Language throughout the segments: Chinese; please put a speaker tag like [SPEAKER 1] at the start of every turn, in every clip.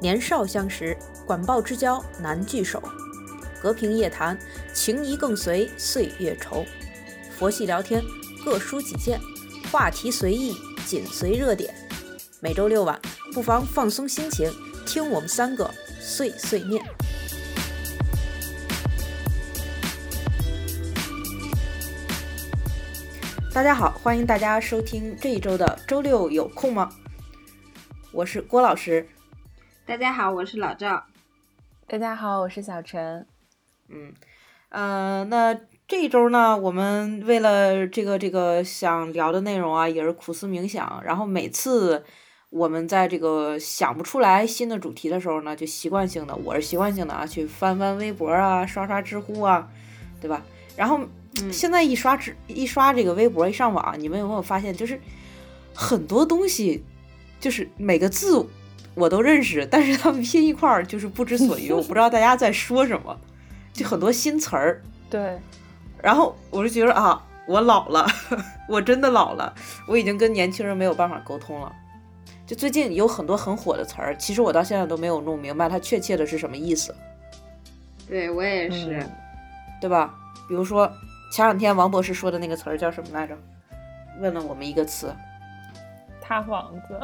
[SPEAKER 1] 年少相识，管鲍之交难聚首。隔屏夜谈，情谊更随岁月稠。佛系聊天，各抒己见，话题随意，紧随热点。每周六晚，不妨放松心情，听我们三个碎碎念。大家好，欢迎大家收听这一周的周六有空吗？我是郭老师。
[SPEAKER 2] 大家好，我是老赵。
[SPEAKER 3] 大家好，我是小陈。
[SPEAKER 1] 嗯，呃，那这一周呢，我们为了这个这个想聊的内容啊，也是苦思冥想。然后每次我们在这个想不出来新的主题的时候呢，就习惯性的，我是习惯性的啊，去翻翻微博啊，刷刷知乎啊，对吧？然后
[SPEAKER 2] 嗯
[SPEAKER 1] 现在一刷知一刷这个微博，一上网，你们有没有发现，就是很多东西，就是每个字我都认识，但是他们拼一块儿就是不知所 云，我不知道大家在说什么，就很多新词儿。
[SPEAKER 3] 对，
[SPEAKER 1] 然后我就觉得啊，我老了， 我真的老了，我已经跟年轻人没有办法沟通了。就最近有很多很火的词儿，其实我到现在都没有弄明白它确切的是什么意思，
[SPEAKER 2] 对我也是，
[SPEAKER 3] 嗯
[SPEAKER 1] 对吧？比如说前两天王博士说的那个词儿叫什么来着？问了我们一个词，
[SPEAKER 3] 塌房 子，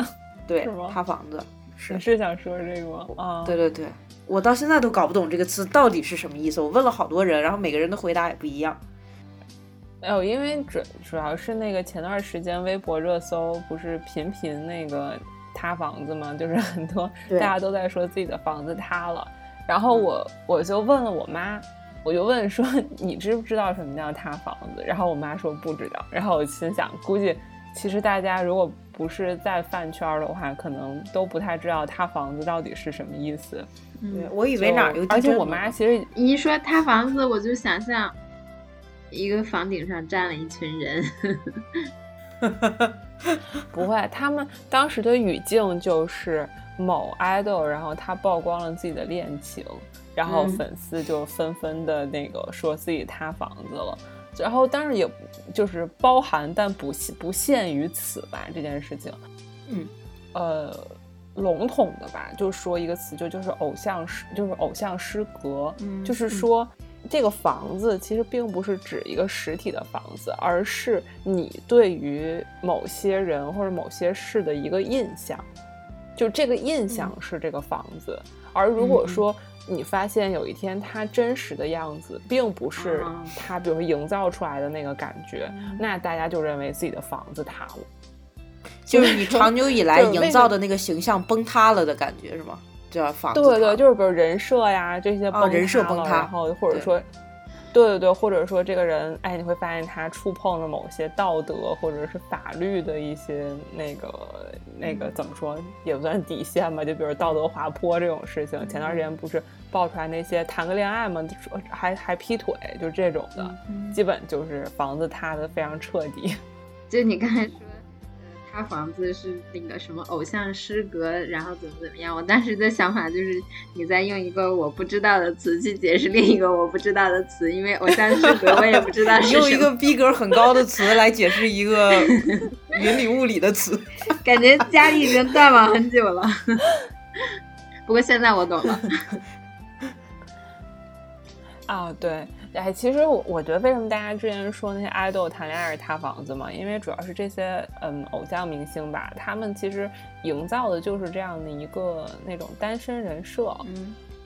[SPEAKER 1] 对
[SPEAKER 3] 是吗，
[SPEAKER 1] 塌房子，
[SPEAKER 3] 你
[SPEAKER 1] 是，
[SPEAKER 3] 是想说这个吗？啊，
[SPEAKER 1] 对，对对，我到现在都搞不懂这个词到底是什么意思。我问了好多人，然后每个人的回答也不一样。
[SPEAKER 3] 哦，因为主主要是那个前段时间微博热搜不是频频那个塌房子嘛，就是很多
[SPEAKER 1] 对嗯
[SPEAKER 3] 大家都在说自己的房子塌了，然后我我就问了我妈。我就问说 你知不知道什么叫塌房子？然后我妈说不知道。然后我心想，估计其实大家如果不是在饭圈儿的话，可能都不太知道塌房子到底是什么意思。
[SPEAKER 1] 对，我以为哪儿有
[SPEAKER 3] 嗯就
[SPEAKER 1] 地震呢，
[SPEAKER 3] 而且我妈其实
[SPEAKER 1] 嗯
[SPEAKER 2] 你一说塌房子，我就想象一个房顶上站了一群人。
[SPEAKER 3] 不会，他们当时的语境就是某 idol，然后他曝光了自己的恋情，然后
[SPEAKER 1] 嗯
[SPEAKER 3] 粉丝就纷纷的那个说自己塌房子了。然后，当然也就是包含，但不限不限于此吧。这件事情，
[SPEAKER 1] 嗯，
[SPEAKER 3] 呃，笼统的吧，就说一个词，就就是偶像失，就是偶像失格，
[SPEAKER 1] 嗯
[SPEAKER 3] 就是说、这个房子其实并不是指一个实体的房子，而是你对于某些人或者某些事的一个印象，就这个印象
[SPEAKER 1] 嗯
[SPEAKER 3] 是这个房子。而如果说你发现有一天它真实的样子并不是
[SPEAKER 2] 啊
[SPEAKER 3] 它，比如说营造出来的那个感觉，
[SPEAKER 1] 嗯
[SPEAKER 3] 那大家就认为自己的房子塌了。
[SPEAKER 1] 就是你长久以来
[SPEAKER 3] 就是为
[SPEAKER 1] 营造的那个形象崩塌了的感觉是吗？这样房子
[SPEAKER 3] 对
[SPEAKER 1] 塌
[SPEAKER 3] 对，
[SPEAKER 1] 了
[SPEAKER 3] 就是比如人设呀这些崩塌了、
[SPEAKER 1] 哦人设崩塌
[SPEAKER 3] 然后或者
[SPEAKER 1] 对
[SPEAKER 3] 说，对对对，或者说这个人，哎，你会发现他触碰了某些道德或者是法律的一些那个那
[SPEAKER 1] 嗯
[SPEAKER 3] 个怎么说，也不算底线吧，就比如道德滑坡这种事情。前段时间不
[SPEAKER 1] 嗯
[SPEAKER 3] 是爆出来那些谈个恋爱嘛，说还还劈腿，就这种的，
[SPEAKER 1] 嗯
[SPEAKER 3] 基本就是房子塌的非常彻底。
[SPEAKER 2] 就你刚才说，呃，塌房子是那个什么偶像失格，然后怎么怎么样？我当时的想法就是，你在用一个我不知道的词去解释另一个我不知道的词，因为偶像失格我也不知道
[SPEAKER 1] 你
[SPEAKER 2] 是
[SPEAKER 1] 用一
[SPEAKER 2] 什么，
[SPEAKER 1] 个逼格很高的词来解释一个云里雾里的 词，
[SPEAKER 2] 感觉家里已经断网很久了。 不过现在我懂了，
[SPEAKER 3] 啊，对，哎，其实我我觉得为什么大家之前说那些爱豆谈恋爱是塌房子嘛，因为主要是这些嗯偶像明星吧，他们其实营造的就是这样的一个那种单身人设，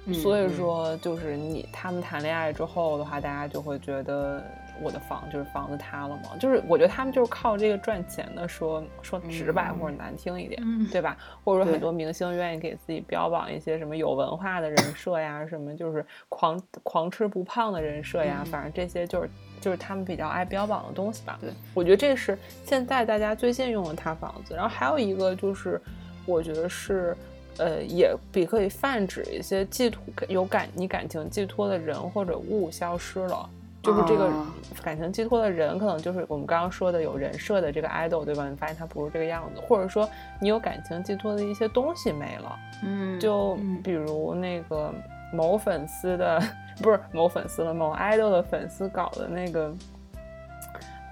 [SPEAKER 2] 嗯，
[SPEAKER 3] 所以说就是你他们谈恋爱之后的话，大家就会觉得我的房就是房子塌了嘛，就是我觉得他们就是靠这个赚钱的说说直白
[SPEAKER 1] 嗯
[SPEAKER 3] 或者难听一点，
[SPEAKER 2] 嗯
[SPEAKER 3] 对吧？或者说
[SPEAKER 1] 对
[SPEAKER 3] 很多明星愿意给自己标榜一些什么有文化的人设呀，什么就是狂狂吃不胖的人设呀，
[SPEAKER 1] 嗯
[SPEAKER 3] 反正这些就是就是他们比较爱标榜的东西吧。
[SPEAKER 1] 对，
[SPEAKER 3] 我觉得这是现在大家最近用的塌房子。然后还有一个就是，我觉得是。呃，也比可以泛指一些寄托有感你感情寄托的人或者物消失了，就是这个
[SPEAKER 1] 啊
[SPEAKER 3] 感情寄托的人，可能就是我们刚刚说的有人设的这个 idol，对吧？你发现他不是这个样子，或者说你有感情寄托的一些东西没了，
[SPEAKER 2] 嗯，
[SPEAKER 3] 就
[SPEAKER 1] 嗯
[SPEAKER 3] 比如那个某粉丝的， 不是某粉丝了，某 idol 的粉丝搞的那个，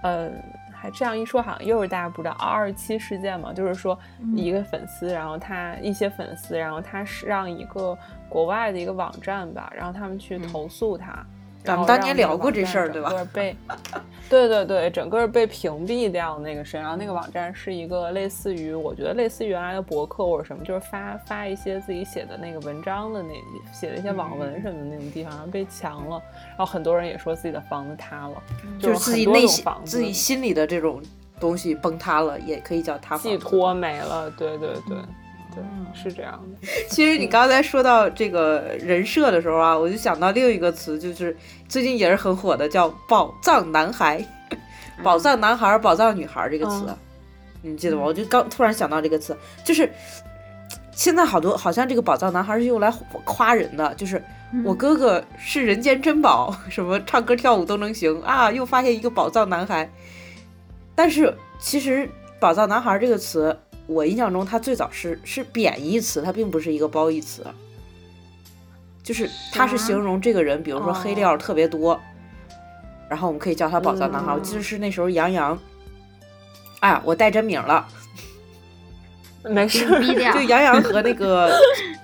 [SPEAKER 3] 呃，还这样一说，好像又是大家不知道二二七事件嘛，就是说
[SPEAKER 1] 嗯
[SPEAKER 3] 一个粉丝，然后他一些粉丝，然后他是让一个国外的一个网站吧，然后他们去投诉他。
[SPEAKER 1] 嗯咱们当年聊过这事儿，对吧？
[SPEAKER 3] 整个被，对对对，整个被屏蔽掉那个谁，然后那个网站是一个类似于，我觉得类似于原来的博客或者什么，就是发发一些自己写的那个文章的那写的一些网
[SPEAKER 1] 嗯
[SPEAKER 3] 文什么的那种地方，然后被强了，然后很多人也说自己的房子塌了，
[SPEAKER 1] 就是自己内心自己心里的这种东西崩塌了，也可以叫塌
[SPEAKER 3] 寄托没了，对对对。对，是这样的。
[SPEAKER 1] 其实你刚才说到这个人设的时候啊，我就想到另一个词，就是最近也是很火的，叫“宝藏男孩”、“宝藏男孩”、“宝藏女孩”这个词，
[SPEAKER 3] 嗯、
[SPEAKER 1] 你记得吗？我就刚突然想到这个词，就是现在好多好像这个“宝藏男孩”是用来夸人的，就是我哥哥是人间珍宝，什么唱歌跳舞都能行啊，又发现一个宝藏男孩。但是其实“宝藏男孩”这个词。我印象中，它最早是是贬义词，它并不是一个褒义词，就是它是形容这个人，比如说黑料特别多，
[SPEAKER 3] 哦、
[SPEAKER 1] 然后我们可以叫他宝藏男孩。
[SPEAKER 3] 嗯、
[SPEAKER 1] 我记得是那时候杨洋，哎呀，我带真名了，
[SPEAKER 3] 没事，
[SPEAKER 1] 就杨洋和那个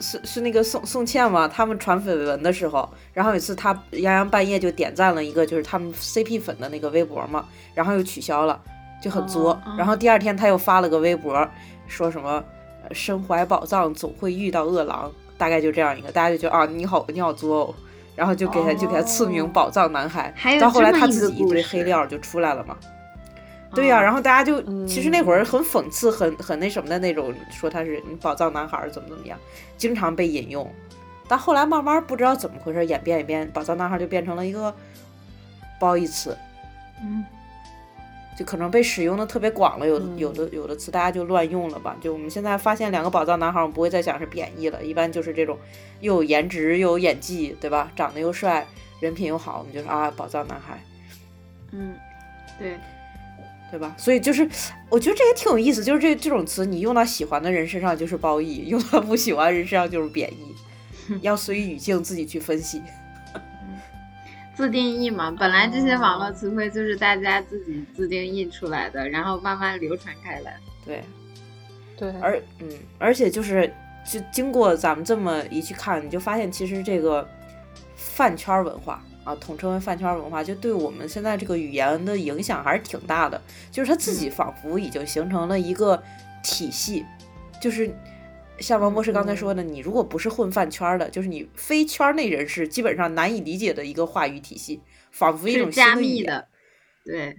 [SPEAKER 1] 是是那个宋宋茜嘛，他们传绯闻的时候，然后有一次他杨洋半夜就点赞了一个就是他们 CP 粉的那个微博嘛，然后又取消了，就很作。
[SPEAKER 2] 哦哦、
[SPEAKER 1] 然后第二天他又发了个微博。说什么呃身怀宝藏总会遇到饿狼，大概就这样一个，大家就觉得啊你好你好作哦，然后就给他、
[SPEAKER 3] 哦、
[SPEAKER 1] 就给他赐名宝藏男孩，
[SPEAKER 2] 还有
[SPEAKER 1] 到后来他自己一堆黑料就出来了嘛。对
[SPEAKER 2] 哦
[SPEAKER 1] 呀、啊，然后大家就、
[SPEAKER 3] 嗯、
[SPEAKER 1] 其实那会儿很讽刺、很很那什么的那种，说他是宝藏男孩怎么怎么样，经常被引用。但后来慢慢不知道怎么回事演变演变，宝藏男孩就变成了一个褒义词。
[SPEAKER 2] 嗯。
[SPEAKER 1] 就可能被使用的特别广了，有有的有的词大家就乱用了吧。就我们现在发现两个宝藏男孩，我们不会再想是贬义了，一般就是这种又有颜值又有演技，对吧？长得又帅，人品又好，我们就说啊宝藏男孩，
[SPEAKER 2] 嗯，对，
[SPEAKER 1] 对吧？所以就是我觉得这也挺有意思，就是这这种词你用到喜欢的人身上就是褒义，用到不喜欢人身上就是贬义，要随语境自己去分析。
[SPEAKER 2] 自定义嘛，本来这些网络词汇就是大家自己自定义出来的，然后慢慢流传开来。
[SPEAKER 1] 对，
[SPEAKER 3] 对，
[SPEAKER 1] 而嗯，而且就是就经过咱们这么一去看，你就发现其实这个饭圈文化啊，统称为饭圈文化，就对我们现在这个语言的影响还是挺大的。就是它自己仿佛已经形成了一个体系，嗯、就是像王博士刚才说的，
[SPEAKER 3] 嗯、
[SPEAKER 1] 你如果不是混饭圈的，就是你非圈内人士，基本上难以理解的一个话语体系，仿佛一种新
[SPEAKER 2] 加
[SPEAKER 1] 的语
[SPEAKER 2] 密
[SPEAKER 1] 言。
[SPEAKER 2] 的，对。嗯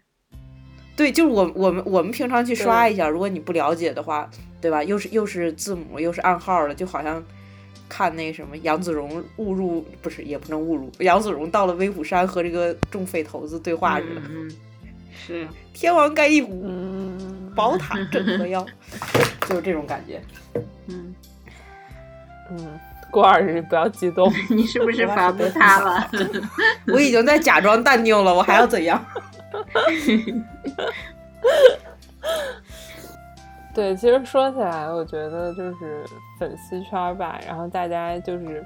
[SPEAKER 1] 对，就是我我们我们平常去刷一下，如果你不了解的话，对吧？又是又是字母，又是暗号的，就好像看那什么杨子荣误入不是也不能误入杨子荣到了威虎山和这个众匪头子对话似的，
[SPEAKER 2] 嗯， 是
[SPEAKER 1] 天王盖一虎，
[SPEAKER 3] 嗯，
[SPEAKER 1] 宝塔 镇河妖，就是这种感觉。
[SPEAKER 2] 嗯
[SPEAKER 3] 嗯，郭老师不要激动，
[SPEAKER 2] 你是不是防不 塌了？
[SPEAKER 1] 我已经在假装淡定了，我还要怎样？
[SPEAKER 3] 对，其实说起来，我觉得就是粉丝圈儿吧，然后大家就是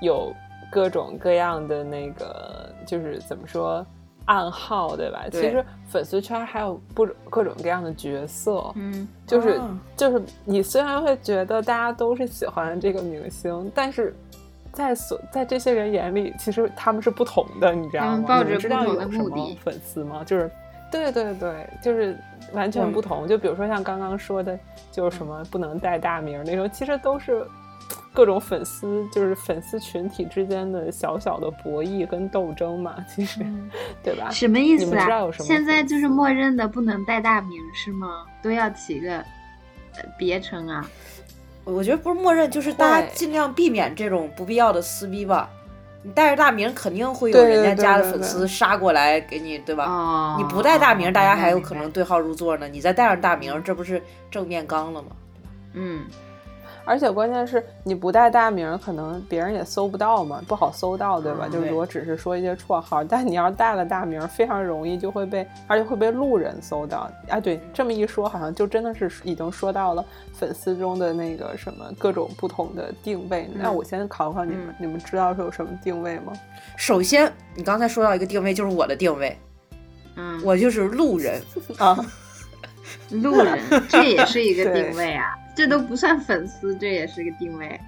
[SPEAKER 3] 有各种各样的那个，就是怎么说暗号，对吧？
[SPEAKER 1] 对
[SPEAKER 3] 其实粉丝圈儿还有不各种各样的角色，
[SPEAKER 2] 嗯，
[SPEAKER 3] 就是、
[SPEAKER 1] 啊
[SPEAKER 3] 就是你虽然会觉得大家都是喜欢这个明星，但是。在所在这些人眼里，其实他们是不同的，你知道
[SPEAKER 2] 他们
[SPEAKER 3] 吗？
[SPEAKER 2] 抱
[SPEAKER 3] 你
[SPEAKER 2] 着
[SPEAKER 3] 知
[SPEAKER 2] 不
[SPEAKER 3] 道
[SPEAKER 2] 同
[SPEAKER 3] 有
[SPEAKER 2] 的
[SPEAKER 3] 什
[SPEAKER 2] 目
[SPEAKER 3] 么
[SPEAKER 2] 的
[SPEAKER 3] 粉丝吗？就是对对对，就是完全
[SPEAKER 1] 嗯
[SPEAKER 3] 不同。就比如说像刚刚说的，
[SPEAKER 2] 嗯
[SPEAKER 3] 就是什么不能带大名儿那种，其实都是各种粉丝，就是粉丝群体之间的小小的博弈跟斗争嘛。其实，
[SPEAKER 2] 嗯
[SPEAKER 3] 对吧？
[SPEAKER 2] 什么意
[SPEAKER 3] 你
[SPEAKER 2] 思
[SPEAKER 3] 们知道
[SPEAKER 2] 啊
[SPEAKER 3] 有？什么
[SPEAKER 2] 现在就是默认的不能带大名是吗？都要起个呃别称啊？
[SPEAKER 1] 我觉得不是默认，就是大家
[SPEAKER 3] 对
[SPEAKER 1] 尽量避免这种不必要的撕逼吧。你带着大名，肯定会有
[SPEAKER 3] 对对
[SPEAKER 1] 人家家的
[SPEAKER 3] 对对
[SPEAKER 1] 粉
[SPEAKER 3] 对
[SPEAKER 1] 丝杀过来给你，对吧？
[SPEAKER 2] 哦，
[SPEAKER 1] 你不带大名，大家还有可能
[SPEAKER 2] 明白。
[SPEAKER 1] 对号入座呢。你再带上大名，这不是正面刚了吗？
[SPEAKER 2] 嗯，
[SPEAKER 3] 而且关键是你不带大名儿，可能别人也搜不到嘛，不好搜到，对吧？
[SPEAKER 2] 嗯
[SPEAKER 3] 就是
[SPEAKER 1] 对
[SPEAKER 3] 如果只是说一些绰号，但你要带了大名儿，非常容易就会被，而且会被路人搜到。啊，对，这么一说，好像就真的是已经说到了粉丝中的那个什么各种不同的定位。那我先考考你们，
[SPEAKER 2] 嗯
[SPEAKER 3] 你们知道是有什么定位吗？
[SPEAKER 1] 首先，你刚才说到一个定位，就是我的定位，
[SPEAKER 2] 嗯，
[SPEAKER 1] 我就是路 人啊。
[SPEAKER 2] 路人，这也 是一个
[SPEAKER 3] 对
[SPEAKER 2] 定位啊，这都不算粉丝，这也是个定位。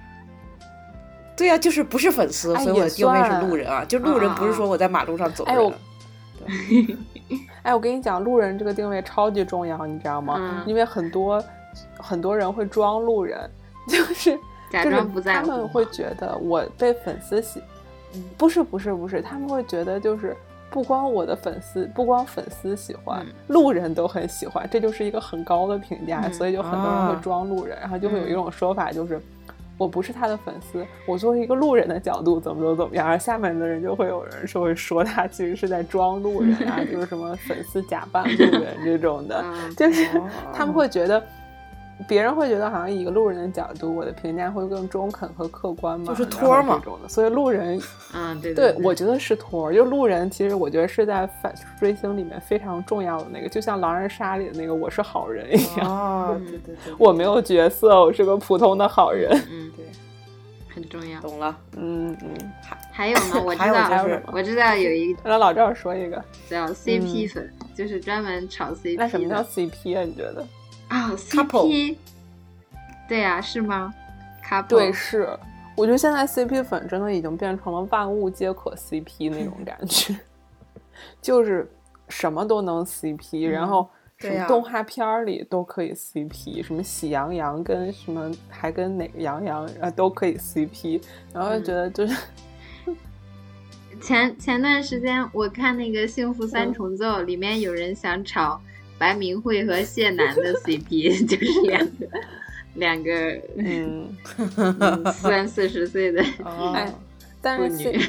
[SPEAKER 1] 对呀、就是不是粉丝，
[SPEAKER 3] 哎
[SPEAKER 1] 所以我
[SPEAKER 3] 也
[SPEAKER 1] 的定位是
[SPEAKER 3] 算
[SPEAKER 1] 路人啊。就路人不是说我在马路上走着
[SPEAKER 3] 哎我
[SPEAKER 1] 的，
[SPEAKER 3] 哎，我跟你讲，路人这个定位超级重要，你知道吗？
[SPEAKER 2] 嗯
[SPEAKER 3] 因为很多很多人会装路人， 就是
[SPEAKER 2] 假
[SPEAKER 3] 就是
[SPEAKER 2] 装不在乎
[SPEAKER 3] 他们会觉得我被粉丝喜，嗯不是不是不是，他们会觉得就是不光我的粉丝，不光粉丝喜欢，
[SPEAKER 2] 嗯
[SPEAKER 3] 路人都很喜欢，这就是一个很高的评价，
[SPEAKER 2] 嗯
[SPEAKER 3] 所以就很多人
[SPEAKER 1] 啊
[SPEAKER 3] 会装路人，然后就会有
[SPEAKER 2] 嗯
[SPEAKER 3] 一种说法就是。我不是他的粉丝，我作为一个路人的角度怎么怎么怎么样，而下面的人就会有人说会说他其实是在装路人啊， 就是什么粉丝假扮路人这种的，
[SPEAKER 2] 嗯，
[SPEAKER 3] 就是
[SPEAKER 1] 哦
[SPEAKER 3] 他们会觉得，别人会觉得好像以一个路人的角度，我的评价会更中肯和客观嘛，
[SPEAKER 1] 就是托儿嘛
[SPEAKER 3] 然后这种的。所以路人，
[SPEAKER 2] 嗯，对
[SPEAKER 3] 对
[SPEAKER 2] 对，
[SPEAKER 3] 我觉得是托儿，就路人其实我觉得是在反追星里面非常重要的那个，就像狼人杀里的那个我是好人一样，
[SPEAKER 1] 啊，
[SPEAKER 2] 嗯
[SPEAKER 1] 对对对，
[SPEAKER 3] 我没有角色，我是个普通的好人。
[SPEAKER 2] 嗯，
[SPEAKER 1] 对，
[SPEAKER 2] 很重要。
[SPEAKER 1] 懂了。
[SPEAKER 3] 嗯嗯，
[SPEAKER 2] 还有吗？我知
[SPEAKER 1] 还有
[SPEAKER 2] 道，
[SPEAKER 1] 就是
[SPEAKER 2] 我知道有一
[SPEAKER 3] 让老赵说一个，
[SPEAKER 2] 叫 CP 粉，就是专门炒 CP
[SPEAKER 3] 嗯那什么
[SPEAKER 2] 的
[SPEAKER 3] 叫 CP 啊？你觉得？
[SPEAKER 2] 啊、
[SPEAKER 1] Couple
[SPEAKER 2] CP？对呀、是吗？couple
[SPEAKER 3] 对，
[SPEAKER 1] 嗯
[SPEAKER 3] 是。我觉得现在 CP 粉真的已经变成了万物皆可 CP 那种感觉， 就是什么都能 CP，、然后什
[SPEAKER 1] 嗯对
[SPEAKER 3] 么
[SPEAKER 1] 呀
[SPEAKER 3] 动画片儿里都可以 CP，、什么喜羊羊跟什么还跟哪个羊羊啊都可以 CP，然后就觉得就是、
[SPEAKER 2] 前前段时间我看那个《幸福
[SPEAKER 3] 嗯
[SPEAKER 2] 三重奏》，里面有人想炒白明慧和谢楠 的 CP，就是两个两个、
[SPEAKER 3] 嗯，
[SPEAKER 2] 嗯、三四十岁的，
[SPEAKER 1] 哦
[SPEAKER 3] 哎但是
[SPEAKER 2] 妇
[SPEAKER 3] C
[SPEAKER 2] 女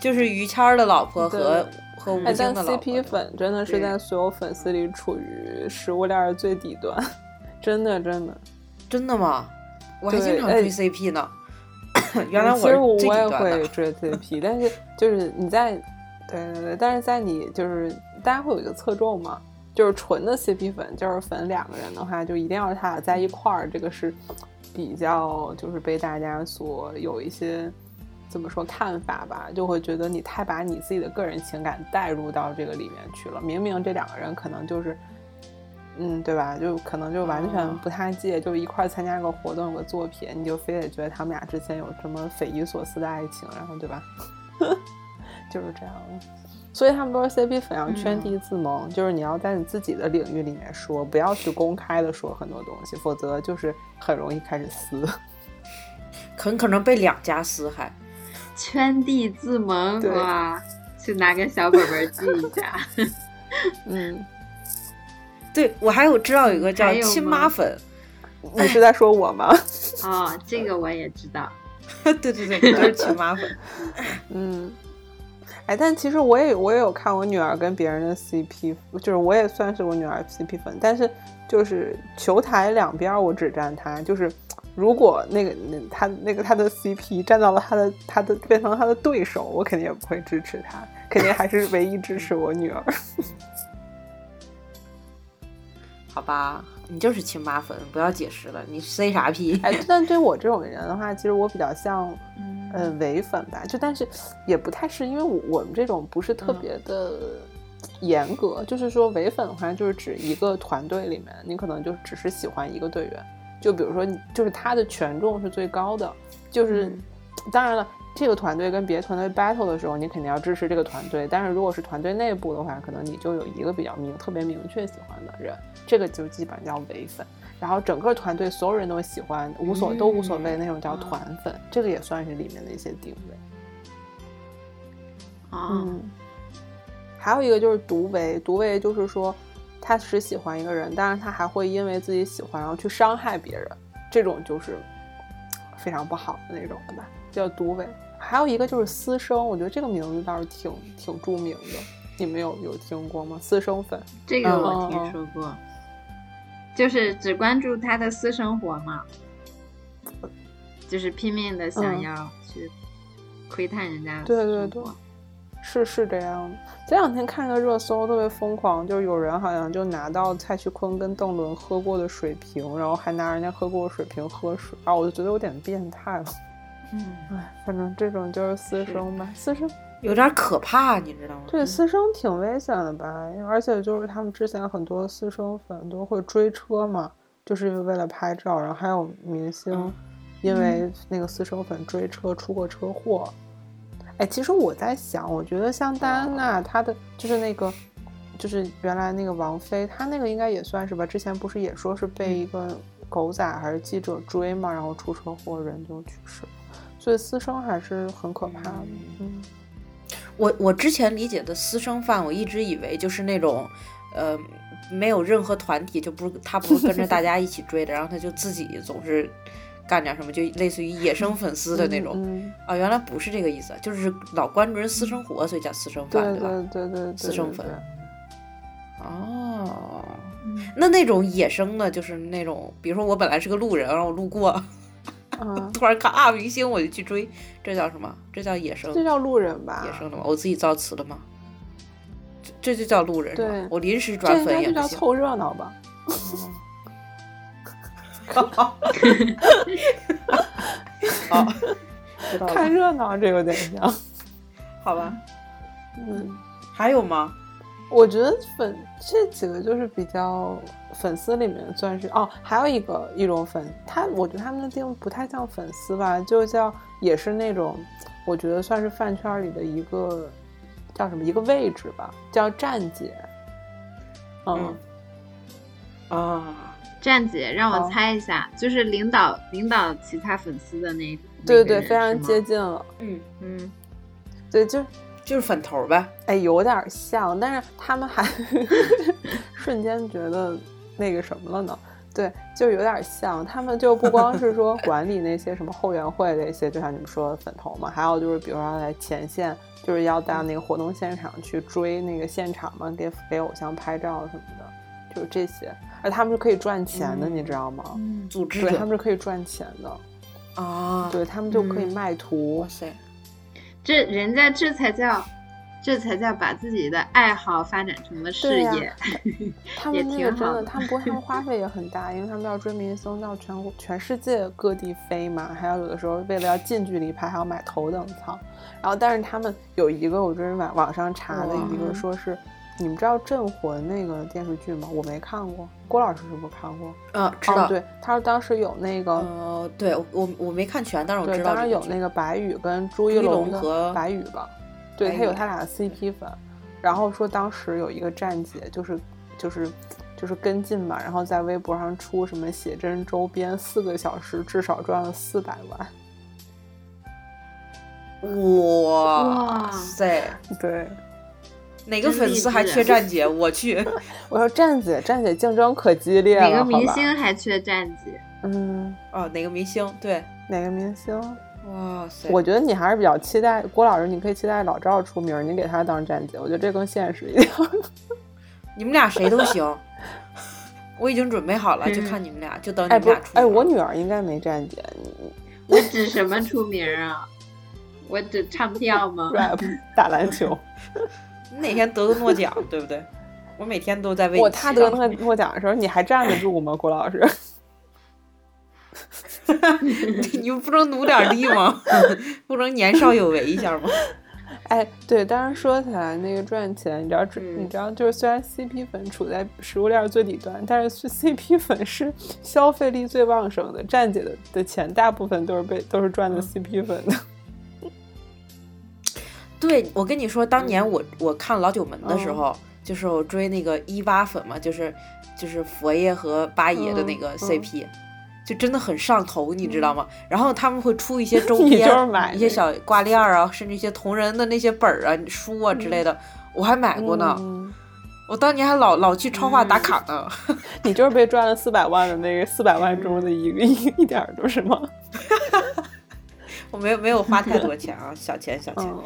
[SPEAKER 1] 就是于谦儿的老婆和
[SPEAKER 3] 对
[SPEAKER 1] 和吴
[SPEAKER 3] 哎，
[SPEAKER 1] 京
[SPEAKER 3] 但
[SPEAKER 1] 的老婆。
[SPEAKER 3] CP 粉真的是
[SPEAKER 2] 对
[SPEAKER 3] 在所有粉丝里处于食物链儿最底端， 真的真的。
[SPEAKER 1] 真的吗？我还
[SPEAKER 3] 对
[SPEAKER 1] 经常
[SPEAKER 3] 哎嗯
[SPEAKER 1] 追 CP 呢。原来
[SPEAKER 3] 其实
[SPEAKER 1] 我是
[SPEAKER 3] 我
[SPEAKER 1] 最
[SPEAKER 3] 也
[SPEAKER 1] 底端
[SPEAKER 3] 会
[SPEAKER 1] 的。
[SPEAKER 3] 追 CP，但是就是你在，对对对，但是在你就是大家会有一个侧重嘛，就是纯的 CP 粉，就是粉两个人的话，就一定要他俩在一块儿，这个是比较就是被大家所有一些怎么说看法吧，就会觉得你太把你自己的个人情感带入到这个里面去了，明明这两个人可能就是。嗯，对吧？就可能就完全
[SPEAKER 1] 哦
[SPEAKER 3] 不搭界，就一块儿参加个活动、有个作品，你就非得觉得他们俩之间有什么匪夷所思的爱情，然后对吧？就是这样。所以他们都说 CP 粉要圈地自萌，就是你要在你自己的领域里面说，不要去公开的说很多东西，否则就是很容易开始撕。
[SPEAKER 1] 很可能被两家撕害。
[SPEAKER 2] 圈地自萌
[SPEAKER 3] 对
[SPEAKER 2] 哇，去拿个小本本记一下。
[SPEAKER 3] 嗯，
[SPEAKER 1] 对我还有知道有一个叫
[SPEAKER 2] 还有吗
[SPEAKER 1] 亲妈粉，
[SPEAKER 3] 你是在说我吗？
[SPEAKER 2] 哦，这个我也知道。
[SPEAKER 1] 对对对，就是亲妈 粉。
[SPEAKER 3] 嗯，哎，但其实我也我也有看我女儿跟别人的 CP，就是我也算是我女儿 CP 粉，但是就是球台两边儿我只站她，就是如果那个那她那个她的 CP 站到了她的她的变成了她的对手，我肯定也不会支持她，肯定还是唯一支持我女儿。
[SPEAKER 1] 好吧，你就是亲妈粉，不要解释了，你塞啥 屁？
[SPEAKER 3] 哎，但对我这种人的话，其实我比较像
[SPEAKER 2] 嗯
[SPEAKER 3] 呃伪粉吧，就但是也不太是，因为我我们这种不是特别
[SPEAKER 2] 嗯
[SPEAKER 3] 的严格，就是说伪粉的话，就是指一个团队里面，你可能就只是喜欢一个队员，就比如说你就是他的权重是最高的，就是、
[SPEAKER 2] 嗯
[SPEAKER 3] 当然了。这个团队跟别的团队 battle 的时候，你肯定要支持这个团队。但是如果是团队内部的话，可能你就有一个比较明特别明确喜欢的人，这个就基本上叫伪粉。然后整个团队所有人都喜欢，无所都无所谓那种叫团粉，这个也算是里面的一些定位。嗯
[SPEAKER 2] 哦，，
[SPEAKER 3] 还有一个就是独唯，独唯就是说他只喜欢一个人，但是他还会因为自己喜欢然后去伤害别人，这种就是非常不好的那种的吧，叫独唯。还有一个就是私生，我觉得这个名字倒是挺挺著名的，你们有有听过吗？私生粉，
[SPEAKER 2] 这个我
[SPEAKER 3] 嗯
[SPEAKER 2] 听说过，就是只关注他的私生活嘛，就是拼命的想
[SPEAKER 3] 嗯
[SPEAKER 2] 要去窥探人家的
[SPEAKER 3] 对
[SPEAKER 2] 私
[SPEAKER 3] 对
[SPEAKER 2] 生
[SPEAKER 3] 对
[SPEAKER 2] 活。
[SPEAKER 3] 是是这样的。这两天看一个热搜特别疯狂，就是有人好像就拿到蔡徐坤跟邓伦喝过的水瓶，然后还拿人家喝过的水瓶喝水，啊，我就觉得有点变态了。
[SPEAKER 2] 嗯，
[SPEAKER 3] 哎，反正这种就是私生吧，私生
[SPEAKER 1] 有点可怕，你知道吗？
[SPEAKER 3] 对，私生挺危险的吧？因为而且就是他们之前很多私生粉都会追车嘛，就是为了拍照，然后还有明星
[SPEAKER 1] 嗯
[SPEAKER 3] 因为那个私生粉追车出过车祸。哎，其实我在想，我觉得像戴安娜，她的就是那个，就是原来那个王菲，她那个应该也算是吧。之前不是也说是被
[SPEAKER 1] 嗯
[SPEAKER 3] 一个狗仔还是记者追嘛，然后出车祸，人就去世了。所以私生还是很可怕的。嗯，
[SPEAKER 1] 我我之前理解的私生饭，我一直以为就是那种，呃，没有任何团体，就不是他不是跟着大家一起追 的，然后他就自己总是干点什么，就类似于野生粉丝的那种。
[SPEAKER 3] 嗯嗯
[SPEAKER 1] 啊，原来不是这个意思，就是老关注人私生活，所以叫私生
[SPEAKER 3] 对
[SPEAKER 1] 饭，吧？
[SPEAKER 3] 对对对，
[SPEAKER 1] 私
[SPEAKER 3] 对
[SPEAKER 1] 生
[SPEAKER 3] 对
[SPEAKER 1] 粉
[SPEAKER 3] 对
[SPEAKER 1] 哦，
[SPEAKER 3] 嗯
[SPEAKER 1] 那那种野生的，就是那种，比如说我本来是个路人，然后我路过，
[SPEAKER 3] 嗯，
[SPEAKER 1] 突然看啊明星，我就去追，这叫什么？这叫野生，
[SPEAKER 3] 这叫路人吧？
[SPEAKER 1] 野生的吗？我自己造词的吗？这这就叫路人是吧
[SPEAKER 3] 对？
[SPEAKER 1] 我临时
[SPEAKER 3] 这
[SPEAKER 1] 转
[SPEAKER 3] 应
[SPEAKER 1] 粉
[SPEAKER 3] 该
[SPEAKER 1] 也
[SPEAKER 3] 就
[SPEAKER 1] 不
[SPEAKER 3] 叫
[SPEAKER 1] 行。
[SPEAKER 3] 凑热闹 吧？
[SPEAKER 1] 哦好，知道了
[SPEAKER 3] 看，热闹这有点 像。
[SPEAKER 1] 好吧。
[SPEAKER 3] 嗯，
[SPEAKER 1] 还有吗？
[SPEAKER 3] 我觉得粉这几个就是比较粉丝里面算是哦，还有一个一种粉，他我觉得他们的定义不太像粉丝吧，就叫也是那种，我觉得算是饭圈里的一个叫什么一个位置吧，叫站姐。嗯
[SPEAKER 1] 嗯，啊，
[SPEAKER 2] 站姐，让
[SPEAKER 3] 好
[SPEAKER 2] 我猜一下，就是领导领导其他粉丝的那
[SPEAKER 3] 对对，非常。
[SPEAKER 2] 那个
[SPEAKER 3] 接
[SPEAKER 2] 人是吗
[SPEAKER 3] 近了。
[SPEAKER 1] 嗯，
[SPEAKER 2] 嗯，
[SPEAKER 3] 对，就
[SPEAKER 1] 就是粉头呗。
[SPEAKER 3] 哎，有点像，但是他们还 瞬间觉得那个什么了呢？对，就有点像。他们就不光是说管理那些什么后援会的一些，就像你们说的粉头嘛，还有就是比如说在前线，就是要到那个活动现场去追那个现场嘛，给给偶像拍照什么的，就是这些。而他们是可以赚钱的，
[SPEAKER 1] 嗯
[SPEAKER 3] 你知道吗？
[SPEAKER 1] 组织
[SPEAKER 3] 对，他们
[SPEAKER 1] 者
[SPEAKER 3] 是可以赚钱的，
[SPEAKER 1] 啊，
[SPEAKER 3] 对他们就可以
[SPEAKER 2] 嗯
[SPEAKER 3] 卖图
[SPEAKER 1] 哇。塞，
[SPEAKER 2] 这人家这才叫，这才叫把自己的爱好发展成了事
[SPEAKER 3] 对呀
[SPEAKER 2] 业。
[SPEAKER 3] 他
[SPEAKER 2] 也
[SPEAKER 3] 们那
[SPEAKER 2] 挺
[SPEAKER 3] 个真
[SPEAKER 2] 好的
[SPEAKER 3] 的，他们不过他 们花费也很大，因为他们要追明星，到全国、全世界各地飞嘛，还要有的时候为了要近距离拍，还要买头等舱。然后，但是他们有一个，我之前网网上查的一个，
[SPEAKER 2] 哇
[SPEAKER 3] 说是你们知道《镇魂》那个电视剧吗？我没看过，郭老师是不是看过？
[SPEAKER 1] 啊，知道
[SPEAKER 3] 哦，。对，他说当时有那
[SPEAKER 2] 嗯
[SPEAKER 3] 个，
[SPEAKER 1] 呃，对我我我没看全，但是我
[SPEAKER 3] 对，
[SPEAKER 1] 知道
[SPEAKER 3] 当然
[SPEAKER 1] 这
[SPEAKER 3] 有
[SPEAKER 1] 个剧
[SPEAKER 3] 那个白宇跟朱一
[SPEAKER 1] 朱一
[SPEAKER 3] 龙
[SPEAKER 1] 龙
[SPEAKER 3] 的
[SPEAKER 1] 和
[SPEAKER 3] 白宇吧，对
[SPEAKER 1] 白
[SPEAKER 3] 他有
[SPEAKER 1] 宇
[SPEAKER 3] 他俩的 CP 粉，然后说当时有一个站姐就是就是就是跟进嘛，然后在微博上出什么写真周边，四个小时至少赚了四百万，
[SPEAKER 1] 哇
[SPEAKER 2] 哇
[SPEAKER 1] 塞，
[SPEAKER 3] 对。
[SPEAKER 1] 哪个
[SPEAKER 2] 真
[SPEAKER 1] 粉
[SPEAKER 2] 励
[SPEAKER 1] 丝还
[SPEAKER 2] 志啊
[SPEAKER 1] 缺站姐？我去，
[SPEAKER 3] 我说站姐，站姐竞争可激烈了，
[SPEAKER 2] 哪个
[SPEAKER 3] 好
[SPEAKER 2] 明
[SPEAKER 3] 吧？
[SPEAKER 2] 星还缺站姐？
[SPEAKER 3] 嗯，
[SPEAKER 1] 哦，哪个明星？对，
[SPEAKER 3] 哪个明星？
[SPEAKER 1] 哇塞，
[SPEAKER 3] 我觉得你还是比较期待郭老师，你可以期待老赵出名，你给他当站姐，我觉得这更现实一点。
[SPEAKER 1] 哦你们俩谁都 行，我已经准备好了，就
[SPEAKER 2] 嗯
[SPEAKER 1] 看你们俩，就等你
[SPEAKER 3] 哎，
[SPEAKER 1] 们
[SPEAKER 3] 不是
[SPEAKER 1] 俩，出。
[SPEAKER 3] 哎，我，女儿应该没站姐， 你
[SPEAKER 2] 我指什么出名啊？我指唱跳吗？
[SPEAKER 3] rap 打篮球。
[SPEAKER 1] 哪天得个诺奖，对不对？我每天都在为
[SPEAKER 3] 我
[SPEAKER 1] 你
[SPEAKER 3] 他
[SPEAKER 1] 祈
[SPEAKER 3] 得
[SPEAKER 1] 祷
[SPEAKER 3] 那个诺奖的时候，你还站得住吗，郭老师？
[SPEAKER 1] 你们不能努点力 吗？ 不能年少有为一下吗？
[SPEAKER 3] 哎，对，当然说起来那个赚钱，你知道，这，
[SPEAKER 2] 嗯
[SPEAKER 3] 你知道，就是虽然 CP 粉处在食物链最底端，但是 CP 粉是消费力最旺盛的，站姐的的钱大部分都是被都是赚的 CP 粉的。
[SPEAKER 1] 对，我跟你说，当年
[SPEAKER 3] 嗯
[SPEAKER 1] 我我看老九门的时候，就是我追那个一八粉嘛，就是就是佛爷和八爷的那个
[SPEAKER 3] 嗯嗯嗯
[SPEAKER 1] CP，、就真的很上头，你知道吗？然后他们会出一 些周
[SPEAKER 3] 你
[SPEAKER 1] 边
[SPEAKER 3] 就是买，
[SPEAKER 1] 一些
[SPEAKER 3] 那
[SPEAKER 1] 小挂链儿啊，甚至一些同人的那些本儿啊、书啊之类的，我还买过呢。
[SPEAKER 3] 嗯
[SPEAKER 1] 我当年还老老去超话打
[SPEAKER 2] 嗯
[SPEAKER 1] 卡呢。
[SPEAKER 3] 你就是被赚了四百万的那个四百万中的一个一一点儿都是吗？
[SPEAKER 1] 我没有没有花太 多钱啊，小钱小钱。
[SPEAKER 3] 嗯，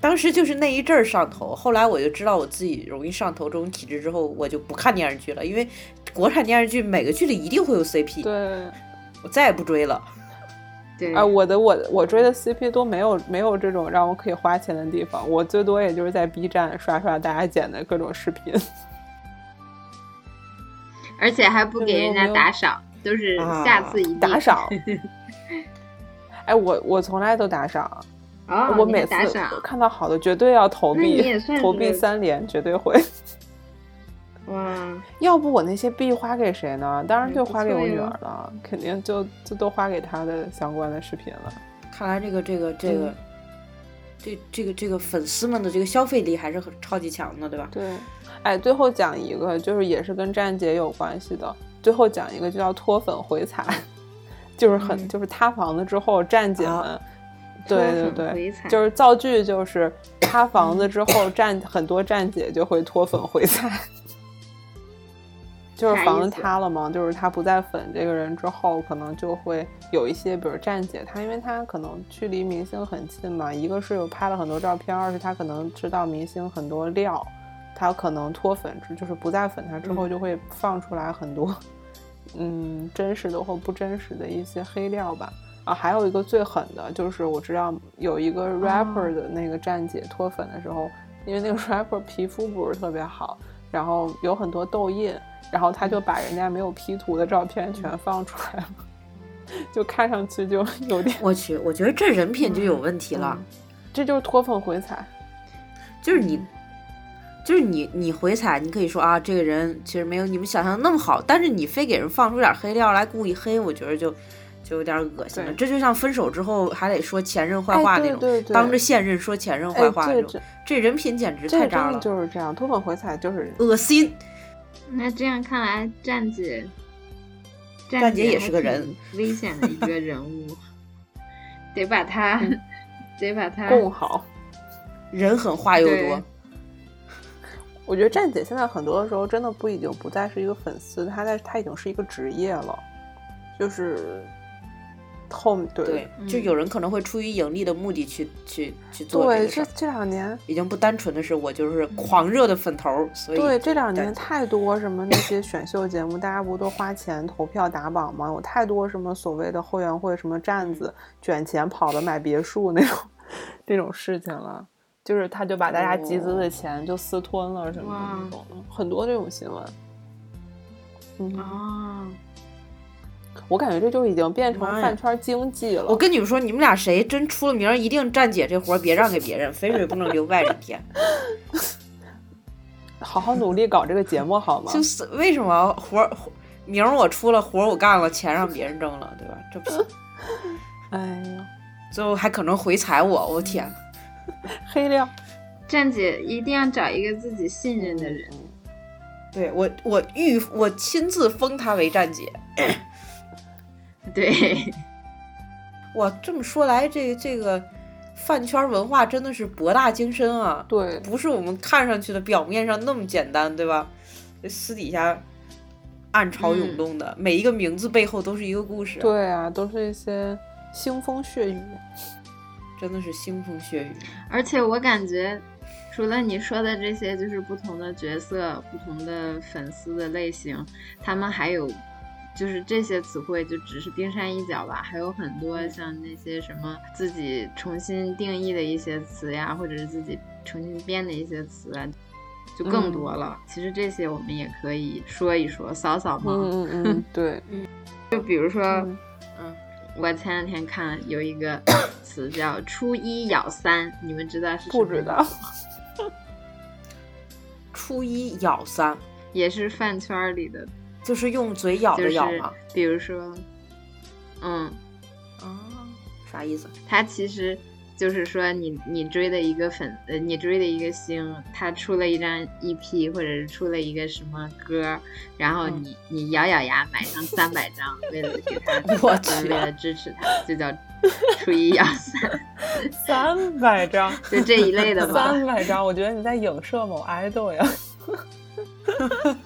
[SPEAKER 1] 当时就是那一阵儿上头，后来我就知道我自己容易上头这种体质之后，我就不看电视剧了，因为国产电视剧每个剧里一定会有 CP，
[SPEAKER 3] 对。
[SPEAKER 1] 我再也不追了。
[SPEAKER 2] 对，
[SPEAKER 3] 啊，我的我的我追的 CP 都没有没有这种让我可以花钱的地方，我最多也就是在 B 站刷刷大家剪的各种视频。
[SPEAKER 2] 而且还不给人家打赏，都是
[SPEAKER 3] 啊
[SPEAKER 2] 下次一定
[SPEAKER 3] 打。赏。哎，我我从来都打赏，
[SPEAKER 2] 哦，
[SPEAKER 3] 我
[SPEAKER 2] 你
[SPEAKER 3] 每
[SPEAKER 2] 还
[SPEAKER 3] 次
[SPEAKER 2] 打赏，
[SPEAKER 3] 看到好的绝对要投
[SPEAKER 2] 那你
[SPEAKER 3] 币
[SPEAKER 2] 也算，
[SPEAKER 3] 投
[SPEAKER 2] 是
[SPEAKER 3] 币
[SPEAKER 2] 个
[SPEAKER 3] 三连绝对会。
[SPEAKER 2] 哇，
[SPEAKER 3] 要不我那些币花给谁呢？当然
[SPEAKER 2] 嗯
[SPEAKER 3] 就
[SPEAKER 2] 不
[SPEAKER 3] 花给
[SPEAKER 2] 错
[SPEAKER 3] 我女
[SPEAKER 2] 哟
[SPEAKER 3] 儿了，肯定就就都花给她的相关的视频了。
[SPEAKER 1] 看来这个这个这个
[SPEAKER 3] 嗯，
[SPEAKER 1] 这这个这个粉丝们的这个消费力还是很超级强的，对吧？
[SPEAKER 3] 对，哎，最后讲一个，就是也是跟站姐有关系的。最后讲一个就叫脱粉回踩， 就是很、
[SPEAKER 1] 嗯
[SPEAKER 3] 就是塌房子之后，站姐们，
[SPEAKER 1] 啊
[SPEAKER 3] 对
[SPEAKER 2] 脱
[SPEAKER 3] 对
[SPEAKER 2] 粉
[SPEAKER 3] 对
[SPEAKER 2] 回，踩
[SPEAKER 3] 就是造句，就是塌房子 之后站很多站姐就会脱粉回 踩，就是
[SPEAKER 2] 啥
[SPEAKER 3] 房
[SPEAKER 2] 意
[SPEAKER 3] 子
[SPEAKER 2] 思
[SPEAKER 3] 塌了嘛，就是他不再粉这个人之后，可能就会有一些，比如站姐，她因为她可能距离明星很近嘛，一个是有拍了很多照片，二是她可能知道明星很多料，她可能脱粉之就是不再粉她之
[SPEAKER 2] 嗯
[SPEAKER 3] 后，就会放出来很多，嗯，真实的或不真实的一些黑料吧。啊，还有一个最狠的就是我知道有一个 rapper 的那个站姐脱粉的时候，因为那个 rapper 皮肤不是特别好，然后有很多痘印，然后他就把人家没有 P 图的照片全放出来了，就看上去就有点，
[SPEAKER 1] 我去，我觉得这人品就有问题了，
[SPEAKER 3] 这就是脱粉回踩。
[SPEAKER 1] 就是你。就是你，你回踩，你可以说啊，这个人其实没有你们想象的那么好，但是你非给人放出点黑料来故意黑，我觉得就就有点恶心了。
[SPEAKER 3] 对
[SPEAKER 1] 这就像分手之后还得说前任坏
[SPEAKER 3] 哎
[SPEAKER 1] 话那
[SPEAKER 3] 对
[SPEAKER 1] 种，
[SPEAKER 3] 对对
[SPEAKER 1] 当着现任说前任
[SPEAKER 3] 哎
[SPEAKER 1] 坏，话那
[SPEAKER 3] 这
[SPEAKER 1] 种，
[SPEAKER 3] 这
[SPEAKER 1] 这人品简直
[SPEAKER 3] 这
[SPEAKER 1] 太
[SPEAKER 3] 真
[SPEAKER 1] 渣
[SPEAKER 3] 的
[SPEAKER 1] 了，
[SPEAKER 3] 就是这样，脱粉回踩就是
[SPEAKER 1] 恶心。
[SPEAKER 2] 那这样看来，站姐，
[SPEAKER 1] 站姐
[SPEAKER 2] 姐
[SPEAKER 1] 也
[SPEAKER 2] 还
[SPEAKER 1] 是个
[SPEAKER 2] 挺
[SPEAKER 1] 人
[SPEAKER 2] 危险的一个人 物，得把他，得把他，
[SPEAKER 3] 嗯共好。
[SPEAKER 1] 人狠话又
[SPEAKER 2] 对
[SPEAKER 1] 多，
[SPEAKER 3] 我觉得站姐现在很多的时候，真的不已经不再是一个粉丝，她在她已经是一个职业了，就是后对
[SPEAKER 1] 对，就
[SPEAKER 2] 嗯
[SPEAKER 1] 有人可能会出于盈利的目的去去去做这
[SPEAKER 3] 对
[SPEAKER 1] 个事
[SPEAKER 3] 这
[SPEAKER 1] 儿，
[SPEAKER 3] 这两年
[SPEAKER 1] 已经不单纯的是我就是狂热的粉头儿，所以
[SPEAKER 3] 对
[SPEAKER 1] 就
[SPEAKER 3] 这两年
[SPEAKER 1] 但
[SPEAKER 3] 太多什么那些选秀节目，大家不都花钱投票打榜吗？有太多什么所谓的后援会、什么
[SPEAKER 1] 嗯
[SPEAKER 3] 站子卷钱跑了买别墅那种 这种事情了。就是他就把大家集资的
[SPEAKER 1] 哦
[SPEAKER 3] 钱就私吞了什么的那种的，很多这种新闻。
[SPEAKER 1] 啊
[SPEAKER 3] 嗯，
[SPEAKER 2] 哦，
[SPEAKER 3] 我感觉这就已经变成
[SPEAKER 1] 妈呀
[SPEAKER 3] 饭圈经济了。
[SPEAKER 1] 我跟你们说，你们俩谁真出了名儿，一定站姐这活儿别让给别人，肥水不能流外人 田。
[SPEAKER 3] 好好努力搞这个节目好 吗？
[SPEAKER 1] 就是为什么活儿活名儿我出了，活儿我干了，钱让别人挣了，对吧？这 不行，
[SPEAKER 3] 哎呦，
[SPEAKER 1] 最后还可能回踩我，我天！
[SPEAKER 3] 黑料
[SPEAKER 2] 站姐一定要找一个自己信任的人。
[SPEAKER 3] 嗯
[SPEAKER 1] 对我，我预我亲自封她为站姐。
[SPEAKER 3] 嗯
[SPEAKER 2] 对，
[SPEAKER 1] 哇，这么说来，这这个饭圈文化真的是博大精深啊，
[SPEAKER 3] 对，
[SPEAKER 1] 不是我们看上去的表面上那么简单，对吧？这私底下暗潮涌
[SPEAKER 2] 嗯
[SPEAKER 1] 动的，每一个名字背后都是一个故事，
[SPEAKER 3] 对啊，都是一些腥风血雨。
[SPEAKER 1] 真的是腥风血雨。
[SPEAKER 2] 而且我感觉，除了你说的这些，就是不同的角色、不同的粉丝的类型，他们还有，就是这些词汇就只是冰山一角吧，还有很多
[SPEAKER 3] 嗯
[SPEAKER 2] 像那些什么自己重新定义的一些词呀，或者是自己重新编的一些词啊，就
[SPEAKER 3] 嗯
[SPEAKER 2] 更多了。其实这些我们也可以说一说，扫扫盲。
[SPEAKER 3] 嗯嗯嗯，对。
[SPEAKER 2] 就比如说，
[SPEAKER 3] 嗯
[SPEAKER 1] 嗯，
[SPEAKER 2] 我前两天看了有一个词叫“初一咬三”，你们知道是什么
[SPEAKER 3] 不
[SPEAKER 2] 吗
[SPEAKER 3] 知道，
[SPEAKER 1] 初一咬三，
[SPEAKER 2] 也是饭圈儿里的，
[SPEAKER 1] 就是用嘴咬
[SPEAKER 2] 就
[SPEAKER 1] 着
[SPEAKER 2] 是
[SPEAKER 1] 咬嘛。
[SPEAKER 2] 比如说，嗯，
[SPEAKER 1] 啊，啥意思？
[SPEAKER 2] 它其实就是说你你追的一个粉，呃，你追的一个星，他出了一张 EP 或者是出了一个什么歌，然后
[SPEAKER 1] 嗯，
[SPEAKER 2] 你、你咬咬牙买上三百张，为了给他
[SPEAKER 1] 我
[SPEAKER 2] 呃
[SPEAKER 1] 去
[SPEAKER 2] 为了支持他，就叫初一咬三，
[SPEAKER 3] 三百 张，
[SPEAKER 2] 就这一类的吧。
[SPEAKER 3] 三百张，我觉得你在影射某 idol 呀。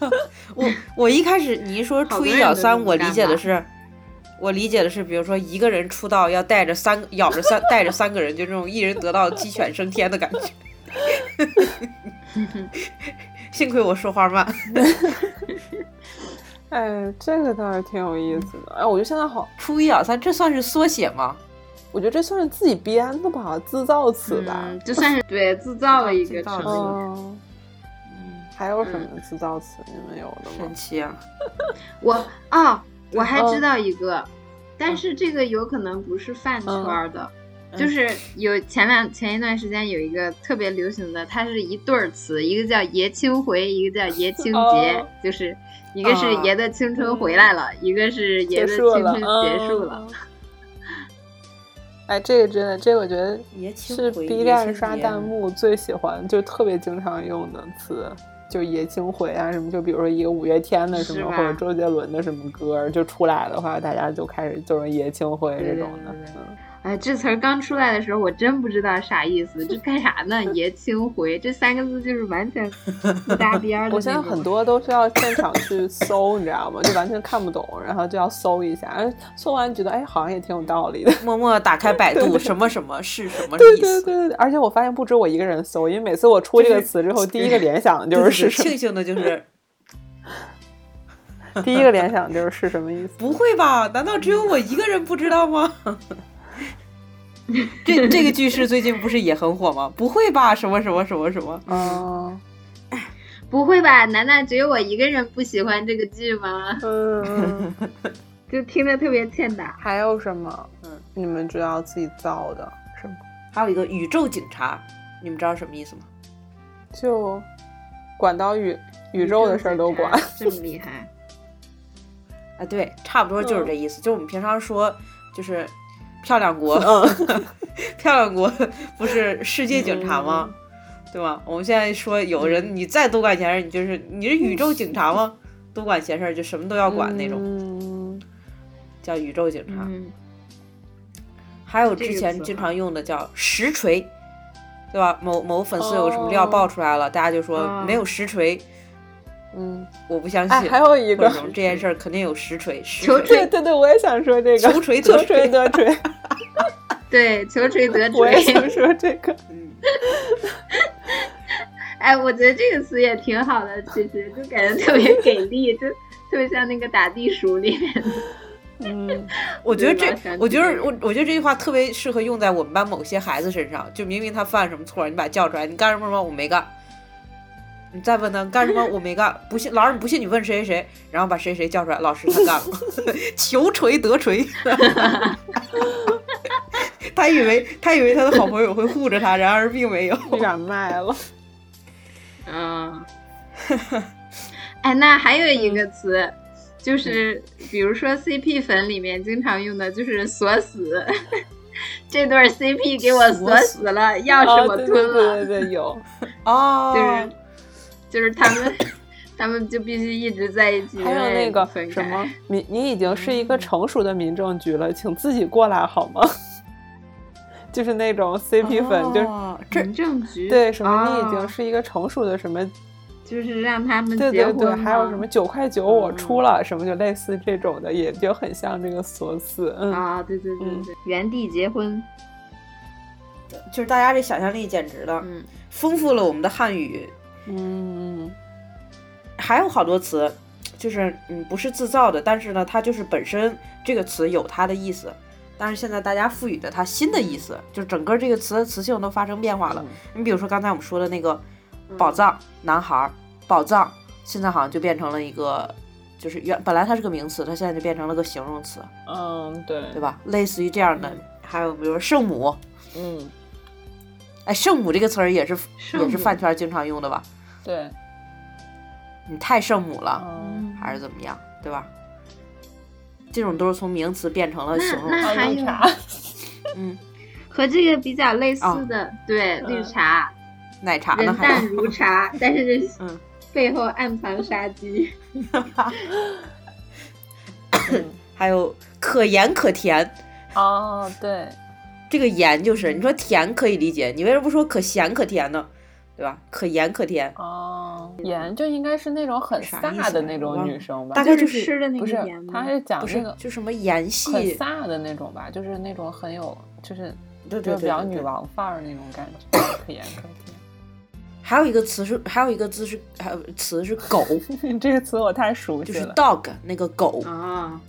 [SPEAKER 1] 我我一开始你一说初
[SPEAKER 2] 好多
[SPEAKER 1] 一
[SPEAKER 2] 人
[SPEAKER 1] 咬
[SPEAKER 2] 都
[SPEAKER 1] 三
[SPEAKER 2] 这，么
[SPEAKER 1] 我理
[SPEAKER 2] 干
[SPEAKER 1] 解的
[SPEAKER 2] 吧
[SPEAKER 1] 是，我理解的是，比如说一个人出道要带着三个咬着三带着三个人，就这种一人得道鸡犬升天的感觉。
[SPEAKER 2] 嗯
[SPEAKER 1] 幸亏我说话慢，
[SPEAKER 3] 哎，这个倒是挺有意思的。哎，我觉得现在好，
[SPEAKER 1] 初一咬三，这算是缩写吗？
[SPEAKER 3] 我觉得这算是自己编的吧，自造词吧。
[SPEAKER 2] 嗯，就算是对自造了一个
[SPEAKER 1] 自造
[SPEAKER 2] 成
[SPEAKER 1] 了
[SPEAKER 2] 语，
[SPEAKER 3] 嗯，
[SPEAKER 2] 嗯
[SPEAKER 3] 还有什么自造词？你们有的
[SPEAKER 1] 神
[SPEAKER 3] 吗？
[SPEAKER 1] 奇啊！
[SPEAKER 2] 我哦，我还
[SPEAKER 3] 嗯
[SPEAKER 2] 知道一个，但是这个有可能不是饭圈儿的，
[SPEAKER 1] 嗯
[SPEAKER 2] 就是有前两前一段时间有一个特别流行的，它是一对儿词，一个叫爷青回，一个叫爷青结，
[SPEAKER 3] 哦
[SPEAKER 2] 就是一个是
[SPEAKER 1] 啊
[SPEAKER 2] 爷的青春回来了，一个是爷的青春结束
[SPEAKER 3] 嗯
[SPEAKER 2] 了。。
[SPEAKER 3] 哎，这个真的，这个我觉得
[SPEAKER 1] 爷青
[SPEAKER 3] 是
[SPEAKER 1] 回
[SPEAKER 3] B
[SPEAKER 1] 爷
[SPEAKER 3] 站
[SPEAKER 1] 青
[SPEAKER 3] 刷
[SPEAKER 1] 结
[SPEAKER 3] 弹幕最喜欢，就特别经常用的词，就爷青回啊什么，就比如说一个五月天的什
[SPEAKER 2] 是
[SPEAKER 3] 么，
[SPEAKER 2] 吧
[SPEAKER 3] 或者周杰伦的什么歌儿，就出来的话，大家就开始就是爷青回
[SPEAKER 2] 对
[SPEAKER 3] 这
[SPEAKER 2] 对
[SPEAKER 3] 种的。
[SPEAKER 2] 对对
[SPEAKER 3] 嗯
[SPEAKER 2] 哎，这词儿刚出来的时候，我真不知道啥意思，这干啥呢？爷青回这三个字就是完全不搭边儿的那种。
[SPEAKER 3] 我现在很多都是要现场去搜，你知道吗？就完全看不懂，然后就要搜一下，哎搜完觉得哎好像也挺有道理的。
[SPEAKER 1] 默默打开 百
[SPEAKER 3] 对
[SPEAKER 1] 度，
[SPEAKER 3] 对
[SPEAKER 1] 什么什么是什么
[SPEAKER 3] 对
[SPEAKER 1] 意
[SPEAKER 3] 对
[SPEAKER 1] 思？
[SPEAKER 3] 对对，而且我发现不止我一个人搜，因为每次我出这个
[SPEAKER 1] 就是
[SPEAKER 3] 词之后，第一个联想就是是什
[SPEAKER 1] 庆幸的就是
[SPEAKER 3] 么， 第一个联想就是是什么意思。
[SPEAKER 1] 不会吧？难道只有我一个人不知道吗？这这个句式最近不是也很火吗？不会吧？什么什么什么什么？
[SPEAKER 3] 嗯
[SPEAKER 2] 不会吧？难道只有我一个人不喜欢这个剧吗？
[SPEAKER 3] 嗯，嗯
[SPEAKER 2] 就听着特别欠打。
[SPEAKER 3] 还有什么？
[SPEAKER 1] 嗯，
[SPEAKER 3] 你们知道自己造的什么？
[SPEAKER 1] 还有一个宇宙警察，你们知道什么意思吗？
[SPEAKER 3] 就管到宇宇宙的事儿都管。
[SPEAKER 2] 这么 厉害。
[SPEAKER 1] 啊，对，差不多就是这意思。就是我们平常说，就是漂亮国， 漂亮国不是世界警察吗？对吧？我们现在说有人你再多管闲事，你就是你是宇宙警察吗？多管闲事儿就什么都要管那种，
[SPEAKER 3] 嗯，
[SPEAKER 1] 叫宇宙警察。
[SPEAKER 2] 嗯，
[SPEAKER 1] 还有
[SPEAKER 2] 这
[SPEAKER 1] 之
[SPEAKER 2] 个词啊
[SPEAKER 1] 前
[SPEAKER 2] 哈
[SPEAKER 1] 经常用的叫实锤，对吧？某某粉丝有什么料爆出来了，大家就说
[SPEAKER 2] 哦
[SPEAKER 1] 没有实锤，
[SPEAKER 3] 嗯，
[SPEAKER 1] 我不相
[SPEAKER 3] 哎，
[SPEAKER 1] 信。
[SPEAKER 3] 还有一
[SPEAKER 1] 或
[SPEAKER 3] 个
[SPEAKER 1] 者，什么这件事儿肯定有实锤，实
[SPEAKER 2] 求
[SPEAKER 1] 锤
[SPEAKER 3] 对对对，我也想说这个
[SPEAKER 1] 求锤
[SPEAKER 3] 求
[SPEAKER 1] 得
[SPEAKER 3] 锤
[SPEAKER 1] 锤
[SPEAKER 3] 得锤，
[SPEAKER 2] 对，求锤得
[SPEAKER 3] 我也
[SPEAKER 2] 锤。
[SPEAKER 3] 想说这个。
[SPEAKER 1] 嗯
[SPEAKER 2] 哎，我觉得这个词也挺好的，其实就感觉特别给力，就 特别像那个打地鼠里面的。
[SPEAKER 3] 嗯，
[SPEAKER 1] 我觉得
[SPEAKER 2] 对吧
[SPEAKER 1] 这，
[SPEAKER 2] 想起
[SPEAKER 1] 我觉
[SPEAKER 2] 这
[SPEAKER 1] 得
[SPEAKER 2] 个
[SPEAKER 1] 我我觉得这句话特别适合用在我们班某些孩子身上。就明明他犯什么错，你把他叫出来，你干什么什么我没干，你再问他干什么我没干，不信老师你不信你问谁谁谁，然后把谁谁叫出来，老师他干了， 求锤得锤。 他以为他以为他的好朋友会护着他，然而并没有。
[SPEAKER 3] 有点卖了。啊
[SPEAKER 2] 嗯。 哎，那还有一个词，就是比如说 CP 粉里面经常用的，就是锁死。 这对儿 CP 给我锁死了，钥匙我
[SPEAKER 3] 啊对
[SPEAKER 2] 吞了。
[SPEAKER 3] 对对对对，有。
[SPEAKER 1] 哦，
[SPEAKER 2] 就是就是他们 他们就必须一直在一起，
[SPEAKER 3] 还有那个
[SPEAKER 2] 因为分开
[SPEAKER 3] 什么，民，你已经是一个成熟的民政局了，请自己过来好吗？ 就是那种 CP 粉，就是
[SPEAKER 1] 哦这
[SPEAKER 2] 民政局
[SPEAKER 3] 对什么，你已经
[SPEAKER 2] 哦
[SPEAKER 3] 是一个成熟的什么，
[SPEAKER 2] 就是让他们
[SPEAKER 3] 对
[SPEAKER 2] 结
[SPEAKER 3] 对
[SPEAKER 2] 婚
[SPEAKER 3] 对，
[SPEAKER 2] 吗
[SPEAKER 3] 还有什么九块九我出了、什么，就类似这种的，也就很像这个锁死，嗯，
[SPEAKER 2] 啊，对对对
[SPEAKER 3] 嗯
[SPEAKER 2] 对，原地结婚，
[SPEAKER 1] 就是大家这想象力简直了，
[SPEAKER 2] 嗯，
[SPEAKER 1] 丰富了我们的汉语。
[SPEAKER 3] 嗯
[SPEAKER 1] 还有好多词，就是嗯不是自造的，但是呢，它就是本身这个词有它的意思，但是现在大家赋予了它新的意思，就整个这个词的词性都发生变化
[SPEAKER 3] 嗯
[SPEAKER 1] 了。你比如说刚才我们说的那个宝藏男孩儿，宝藏现在好像就变成了一个，就是原本来它是个名词，它现在就变成了个形容词，
[SPEAKER 3] 嗯，对，
[SPEAKER 1] 对吧？类似于这样的
[SPEAKER 3] 嗯，
[SPEAKER 1] 还有比如说圣母，
[SPEAKER 3] 嗯
[SPEAKER 1] 哎，圣母这个词儿也是
[SPEAKER 2] 圣母
[SPEAKER 1] 也是饭圈经常用的吧？
[SPEAKER 3] 对，
[SPEAKER 1] 你太圣母了，
[SPEAKER 3] 嗯，
[SPEAKER 1] 还是怎么样，对吧？这种都是从名词变成了
[SPEAKER 2] 那
[SPEAKER 1] 形容
[SPEAKER 2] 那
[SPEAKER 1] 词。
[SPEAKER 2] 还
[SPEAKER 3] 绿
[SPEAKER 2] 有
[SPEAKER 3] 茶
[SPEAKER 1] 嗯，
[SPEAKER 2] 和这个比较类似的，对，
[SPEAKER 3] 嗯
[SPEAKER 2] 绿茶，
[SPEAKER 1] 奶茶呢
[SPEAKER 2] 人淡
[SPEAKER 1] 还
[SPEAKER 2] 如 茶，但是
[SPEAKER 1] 嗯
[SPEAKER 2] 背后暗藏杀机，
[SPEAKER 1] 还有可盐可甜，
[SPEAKER 3] 哦，对，
[SPEAKER 1] 这个盐就是你说
[SPEAKER 2] 嗯
[SPEAKER 1] 甜可以理解，你为什么不说可咸可甜呢？对吧？可盐可甜，
[SPEAKER 3] 哦，盐就应该是那种很
[SPEAKER 1] 啥意
[SPEAKER 3] 飒
[SPEAKER 1] 思
[SPEAKER 3] 的
[SPEAKER 1] 啊
[SPEAKER 3] 那
[SPEAKER 1] 我
[SPEAKER 3] 种
[SPEAKER 1] 忘
[SPEAKER 3] 女
[SPEAKER 1] 了
[SPEAKER 3] 生吧，
[SPEAKER 1] 大概
[SPEAKER 2] 就
[SPEAKER 1] 就是是
[SPEAKER 2] 吃的那
[SPEAKER 3] 不是
[SPEAKER 2] 个盐，吗
[SPEAKER 3] 他？是讲
[SPEAKER 1] 不
[SPEAKER 3] 那
[SPEAKER 1] 是
[SPEAKER 3] 个
[SPEAKER 1] 就什么盐
[SPEAKER 3] 很
[SPEAKER 1] 系，
[SPEAKER 3] 飒的那种吧，就是那种很有，就是
[SPEAKER 1] 对
[SPEAKER 3] 就
[SPEAKER 1] 对
[SPEAKER 3] 是比
[SPEAKER 1] 对
[SPEAKER 3] 较
[SPEAKER 1] 对
[SPEAKER 3] 女
[SPEAKER 1] 对。
[SPEAKER 3] 王范儿那种感觉，可盐可
[SPEAKER 1] 还有一个词是，还有一个字是，还有词是 狗，
[SPEAKER 3] 甜。这个词我太熟
[SPEAKER 1] 就
[SPEAKER 3] 悉
[SPEAKER 1] 是
[SPEAKER 3] 了，
[SPEAKER 1] dog 那个狗。
[SPEAKER 2] 啊，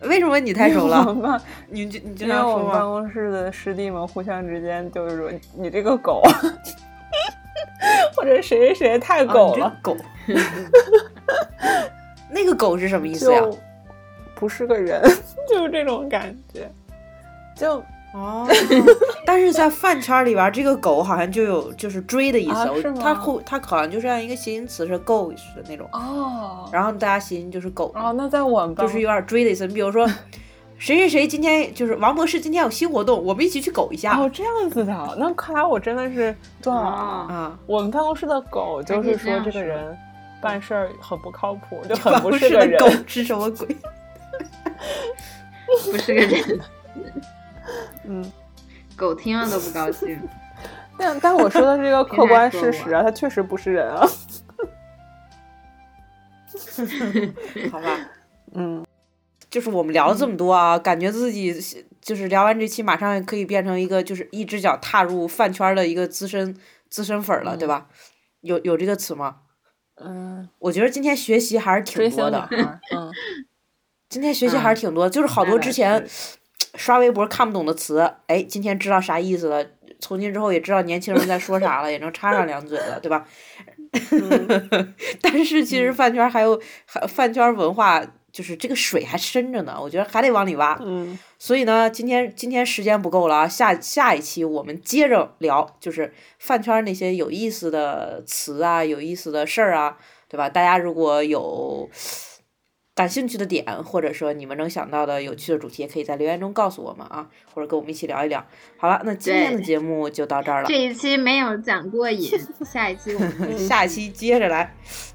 [SPEAKER 1] 为什么你太熟
[SPEAKER 3] 因为我
[SPEAKER 1] 了？
[SPEAKER 3] 们办
[SPEAKER 1] 你就你经
[SPEAKER 3] 因为
[SPEAKER 1] 常
[SPEAKER 3] 我
[SPEAKER 1] 说
[SPEAKER 3] 们办
[SPEAKER 1] 吗？
[SPEAKER 3] 公室的师弟们互相之间就是说你这个狗， 或者谁谁谁太
[SPEAKER 1] 啊
[SPEAKER 3] 狗
[SPEAKER 1] 你这
[SPEAKER 3] 了，
[SPEAKER 1] 个狗。 那个狗是什么意思呀？
[SPEAKER 3] 就不是个人，就是这种感觉。就
[SPEAKER 1] 哦，但是在饭圈里边，这个狗好像就有就是追的意思，
[SPEAKER 3] 啊
[SPEAKER 1] 我
[SPEAKER 3] 是吗
[SPEAKER 1] 它会它好像就像一个谐音词是 go 的那种，
[SPEAKER 3] 哦
[SPEAKER 1] 然后大家谐音就是狗，
[SPEAKER 3] 哦，那在我们办
[SPEAKER 1] 就
[SPEAKER 3] 公
[SPEAKER 1] 是有点追的意思。你比如 说，谁谁谁今天就是王博士今天有新活动，我们一起去狗一下
[SPEAKER 3] 哦这样子的，那看来我真的是断网了。
[SPEAKER 2] 哦，
[SPEAKER 1] 啊。
[SPEAKER 3] 我们办公室的狗就
[SPEAKER 2] 还可以
[SPEAKER 3] 是说
[SPEAKER 2] 这样
[SPEAKER 3] 这个
[SPEAKER 2] 说
[SPEAKER 3] 人办事儿很不靠谱，就很
[SPEAKER 1] 办
[SPEAKER 3] 不
[SPEAKER 1] 公
[SPEAKER 3] 是
[SPEAKER 1] 室
[SPEAKER 3] 个
[SPEAKER 1] 的
[SPEAKER 3] 人。
[SPEAKER 1] 狗是什么鬼？
[SPEAKER 2] 不是个人，
[SPEAKER 3] 嗯，
[SPEAKER 2] 狗听了都不高兴。
[SPEAKER 3] 但但我说的 这个
[SPEAKER 2] 别
[SPEAKER 3] 客
[SPEAKER 2] 再
[SPEAKER 3] 观
[SPEAKER 2] 说
[SPEAKER 3] 事
[SPEAKER 2] 我
[SPEAKER 3] 实啊，它确实不是人啊。
[SPEAKER 1] 好 吧，
[SPEAKER 3] 嗯，
[SPEAKER 1] 就是我们聊了这么多啊，感觉自己就是聊完这期，马上可以变成一个就是一只脚踏入饭圈的一个资深资深粉儿了，对吧？有有这个词吗？
[SPEAKER 3] 嗯，
[SPEAKER 1] 我觉得今天学习还是挺
[SPEAKER 3] 追星
[SPEAKER 1] 多
[SPEAKER 3] 嗯女
[SPEAKER 1] 的啊
[SPEAKER 3] 孩，儿，嗯，
[SPEAKER 1] 今天 学习还是挺多，就是好多之前刷微博看不懂的词，哎，今天知道啥意思了，从今之后也知道年轻人在说啥了，也能插上两嘴了，对吧？
[SPEAKER 3] 嗯
[SPEAKER 1] 但是其实饭圈还有还饭圈文化，就是这个水还深着呢，我觉得还得往里挖。
[SPEAKER 3] 嗯，
[SPEAKER 1] 所以呢，今天今天时间不够了啊，下下一期我们接着聊，就是饭圈那些有意思的词啊，有意思的事儿啊，对吧？大家如果有感兴趣的点，或者说你们能想到的有趣的主题，也可以在留言中告诉我们啊，或者跟我们一起聊一聊。好了，那今天的
[SPEAKER 2] 对
[SPEAKER 1] 节目就到这儿了，
[SPEAKER 2] 这一期没有讲过瘾，下一期我们 会
[SPEAKER 1] 下一期接着来。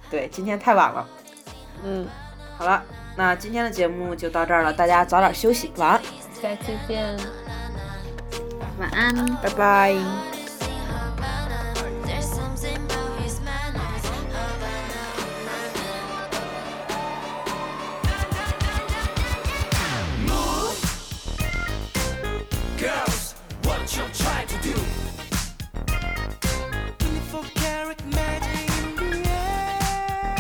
[SPEAKER 1] 对，今天太晚了。
[SPEAKER 3] 嗯，
[SPEAKER 1] 好了，那今天的节目就到这儿了，大家早点休息，晚安，
[SPEAKER 3] 下期见。
[SPEAKER 2] 晚安。
[SPEAKER 1] 拜拜。
[SPEAKER 4] There's something about his manners.
[SPEAKER 5] Girls, what you try to do? 24 karat magic in the air.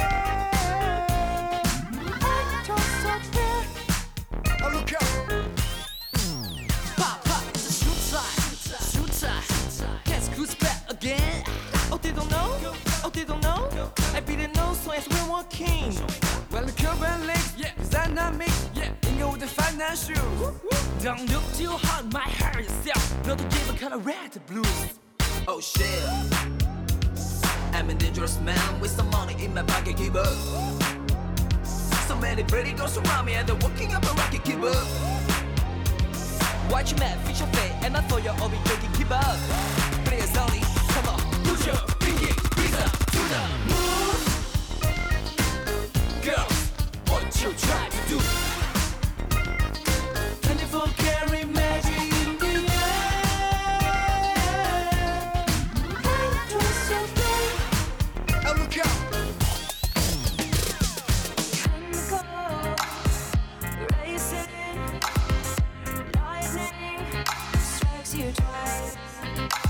[SPEAKER 5] I just so there. Oh, look out. Pop, pop, it's a shoot side. Shoot side. Guess who's back again? Oh, they don't know? Oh, they don't know? I beat the nose so as we're walking. Well, the Cuban links, yeah, designer mix, yeah, in go with the financial. Don't look too hard, might hurt yourself. Not to give a kind of red blues. Oh shit. I'm a dangerous man with some money in my pocket, keep up. So many pretty girls around me and they're walking up a rocket, keep up. Watch your mouth, fix your face, and I thought you're all be joking, keep up. Please, only, come on, put your pinky, pizza to the moon. Girls, what you try to do? 24 karat magic in the air. I do something. Oh, look out.
[SPEAKER 4] Racing, lightning strikes you twice.